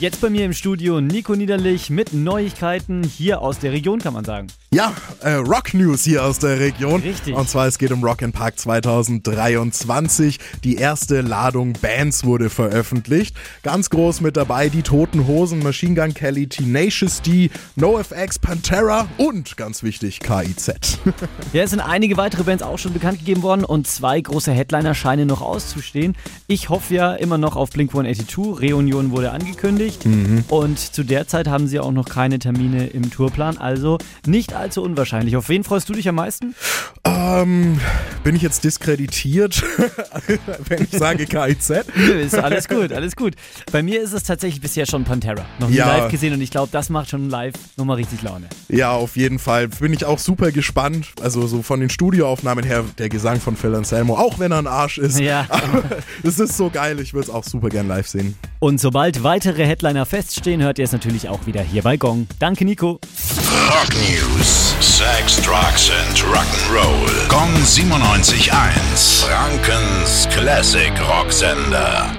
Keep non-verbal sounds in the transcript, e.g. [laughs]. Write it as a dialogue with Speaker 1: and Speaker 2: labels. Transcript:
Speaker 1: Jetzt bei mir im Studio Nico Niederlich mit Neuigkeiten hier aus der Region, kann man sagen.
Speaker 2: Ja, äh, Rock News hier aus der Region.
Speaker 1: Richtig.
Speaker 2: Und zwar es geht um Rock in Park 2023. Die erste Ladung Bands wurde veröffentlicht. Ganz groß mit dabei die Toten Hosen, Machine Gun Kelly, Tenacious D, NoFX, Pantera und ganz wichtig KIZ.
Speaker 1: Ja, es sind einige weitere Bands auch schon bekannt gegeben worden und zwei große Headliner scheinen noch auszustehen. Ich hoffe ja immer noch auf Blink 182. Reunion wurde angekündigt und zu der Zeit haben sie auch noch keine Termine im Tourplan, also nicht allzu unwahrscheinlich. Auf wen freust du dich am meisten?
Speaker 2: ähm, bin ich jetzt diskreditiert, [laughs] wenn ich sage KIZ?
Speaker 1: Nö, ist alles gut, alles gut. Bei mir ist es tatsächlich bisher schon Pantera. Noch nie
Speaker 2: Ja.
Speaker 1: live gesehen und ich glaube, das macht schon live nochmal richtig Laune.
Speaker 2: Ja, auf jeden Fall. Bin ich auch super gespannt. Also so von den Studioaufnahmen her, der Gesang von Phil Anselmo, auch wenn er ein Arsch ist.
Speaker 1: Ja.
Speaker 2: Aber [laughs] es ist so geil. Ich würde es auch super gern live sehen.
Speaker 1: Und sobald weitere Headliner feststehen, hört ihr es natürlich auch wieder hier bei Gong. Danke, Nico.
Speaker 3: Rock News. Sex, Drugs and Rock'n'Roll. Gong 97.1. Frankens Classic Rocksender.